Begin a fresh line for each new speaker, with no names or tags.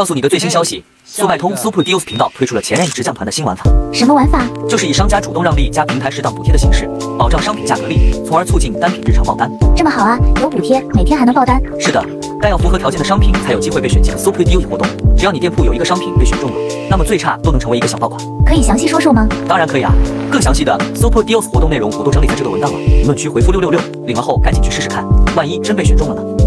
告诉你个最新消息，速卖通 Super Deals 频道推出了前 range 降团的新玩法，
什么玩法？
就是以商家主动让利加平台适当补贴的形式，保障商品价格力，从而促进单品日常爆单。
这么好啊，有补贴，每天还能爆单。
是的，但要符合条件的商品才有机会被选进 Super Deals 活动。只要你店铺有一个商品被选中了，那么最差都能成为一个小爆款。
可以详细说说吗？
当然可以啊，更详细的 Super Deals 活动内容我都整理在这个文档了，评论区回复六六六，领了后赶紧去试试看，万一真被选中了呢？